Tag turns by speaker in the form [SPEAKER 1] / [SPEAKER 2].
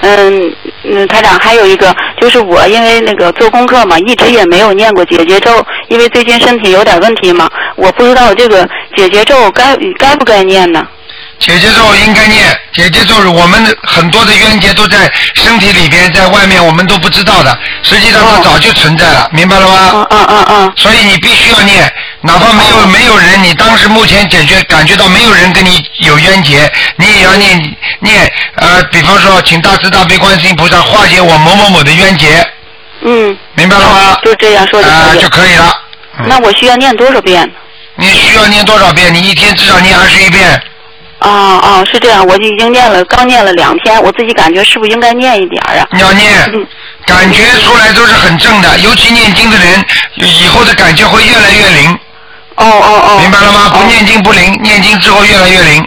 [SPEAKER 1] 嗯嗯，台长还有一个就是我因为那个做功课嘛，一直也没有念过解结咒，因为最近身体有点问题嘛，我不知道这个解结咒该该不该念呢？
[SPEAKER 2] 姐姐咒应该念，姐姐咒我们的很多的冤结都在身体里边，在外面我们都不知道的，实际上它
[SPEAKER 1] 哦
[SPEAKER 2] 早就存在了，明白了
[SPEAKER 1] 嗯
[SPEAKER 2] 吗？
[SPEAKER 1] 嗯嗯嗯，
[SPEAKER 2] 所以你必须要念，哪怕没有
[SPEAKER 1] 哦
[SPEAKER 2] 没有人，你当时目前解决感觉到没有人跟你有冤结，你也要念
[SPEAKER 1] 嗯
[SPEAKER 2] 念呃，比方说请大慈大悲观世音菩萨化解我某某某的冤结，
[SPEAKER 1] 嗯，
[SPEAKER 2] 明白了吗？
[SPEAKER 1] 就这样说就
[SPEAKER 2] 啊、
[SPEAKER 1] 可以
[SPEAKER 2] 就
[SPEAKER 1] 了。
[SPEAKER 2] 可以了。嗯
[SPEAKER 1] 那我需要念多少遍呢？
[SPEAKER 2] 你需要念多少遍？你一天至少念二十一遍。
[SPEAKER 1] 啊啊，是这样，我就已经念了，刚念了两天，我自己感觉是不是应该念一点儿啊？
[SPEAKER 2] 你要念
[SPEAKER 1] 嗯，
[SPEAKER 2] 感觉出来都是很正的，尤其念经的人，以后的感觉会越来越灵，
[SPEAKER 1] 哦哦哦，
[SPEAKER 2] 明白了吗？
[SPEAKER 1] 哦
[SPEAKER 2] 不念经不灵，念经之后越来越灵。